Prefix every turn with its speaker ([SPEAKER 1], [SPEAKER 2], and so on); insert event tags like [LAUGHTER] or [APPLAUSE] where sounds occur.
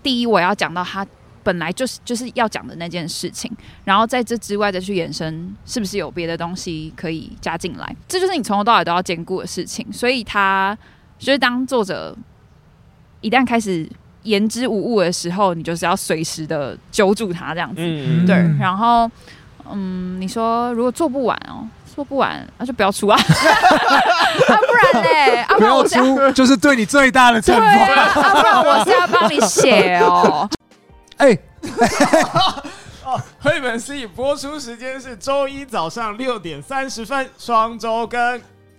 [SPEAKER 1] 第一我要讲到他本来就是就是要讲的那件事情，然后在这之外再去延伸，是不是有别的东西可以加进来？这就是你从头到尾都要兼顾的事情。所以他就是当作者一旦开始言之无物的时候，你就是要随时的揪住他这样子。
[SPEAKER 2] 嗯，
[SPEAKER 1] 对
[SPEAKER 3] 嗯，
[SPEAKER 1] 然后嗯，你说如果做不完哦，做不完那、就不要出啊， [LAUGHS] 啊不然嘞，啊
[SPEAKER 3] 不
[SPEAKER 1] 不然
[SPEAKER 3] 要
[SPEAKER 1] 我是要 [LAUGHS]
[SPEAKER 3] 出，就是对你最大的
[SPEAKER 1] 对
[SPEAKER 3] 惩罚。
[SPEAKER 1] 啊，啊不然我是要帮你写哦，
[SPEAKER 3] 哎，
[SPEAKER 2] 绘本 C 播出时间是周一早上六点三十分，双周更，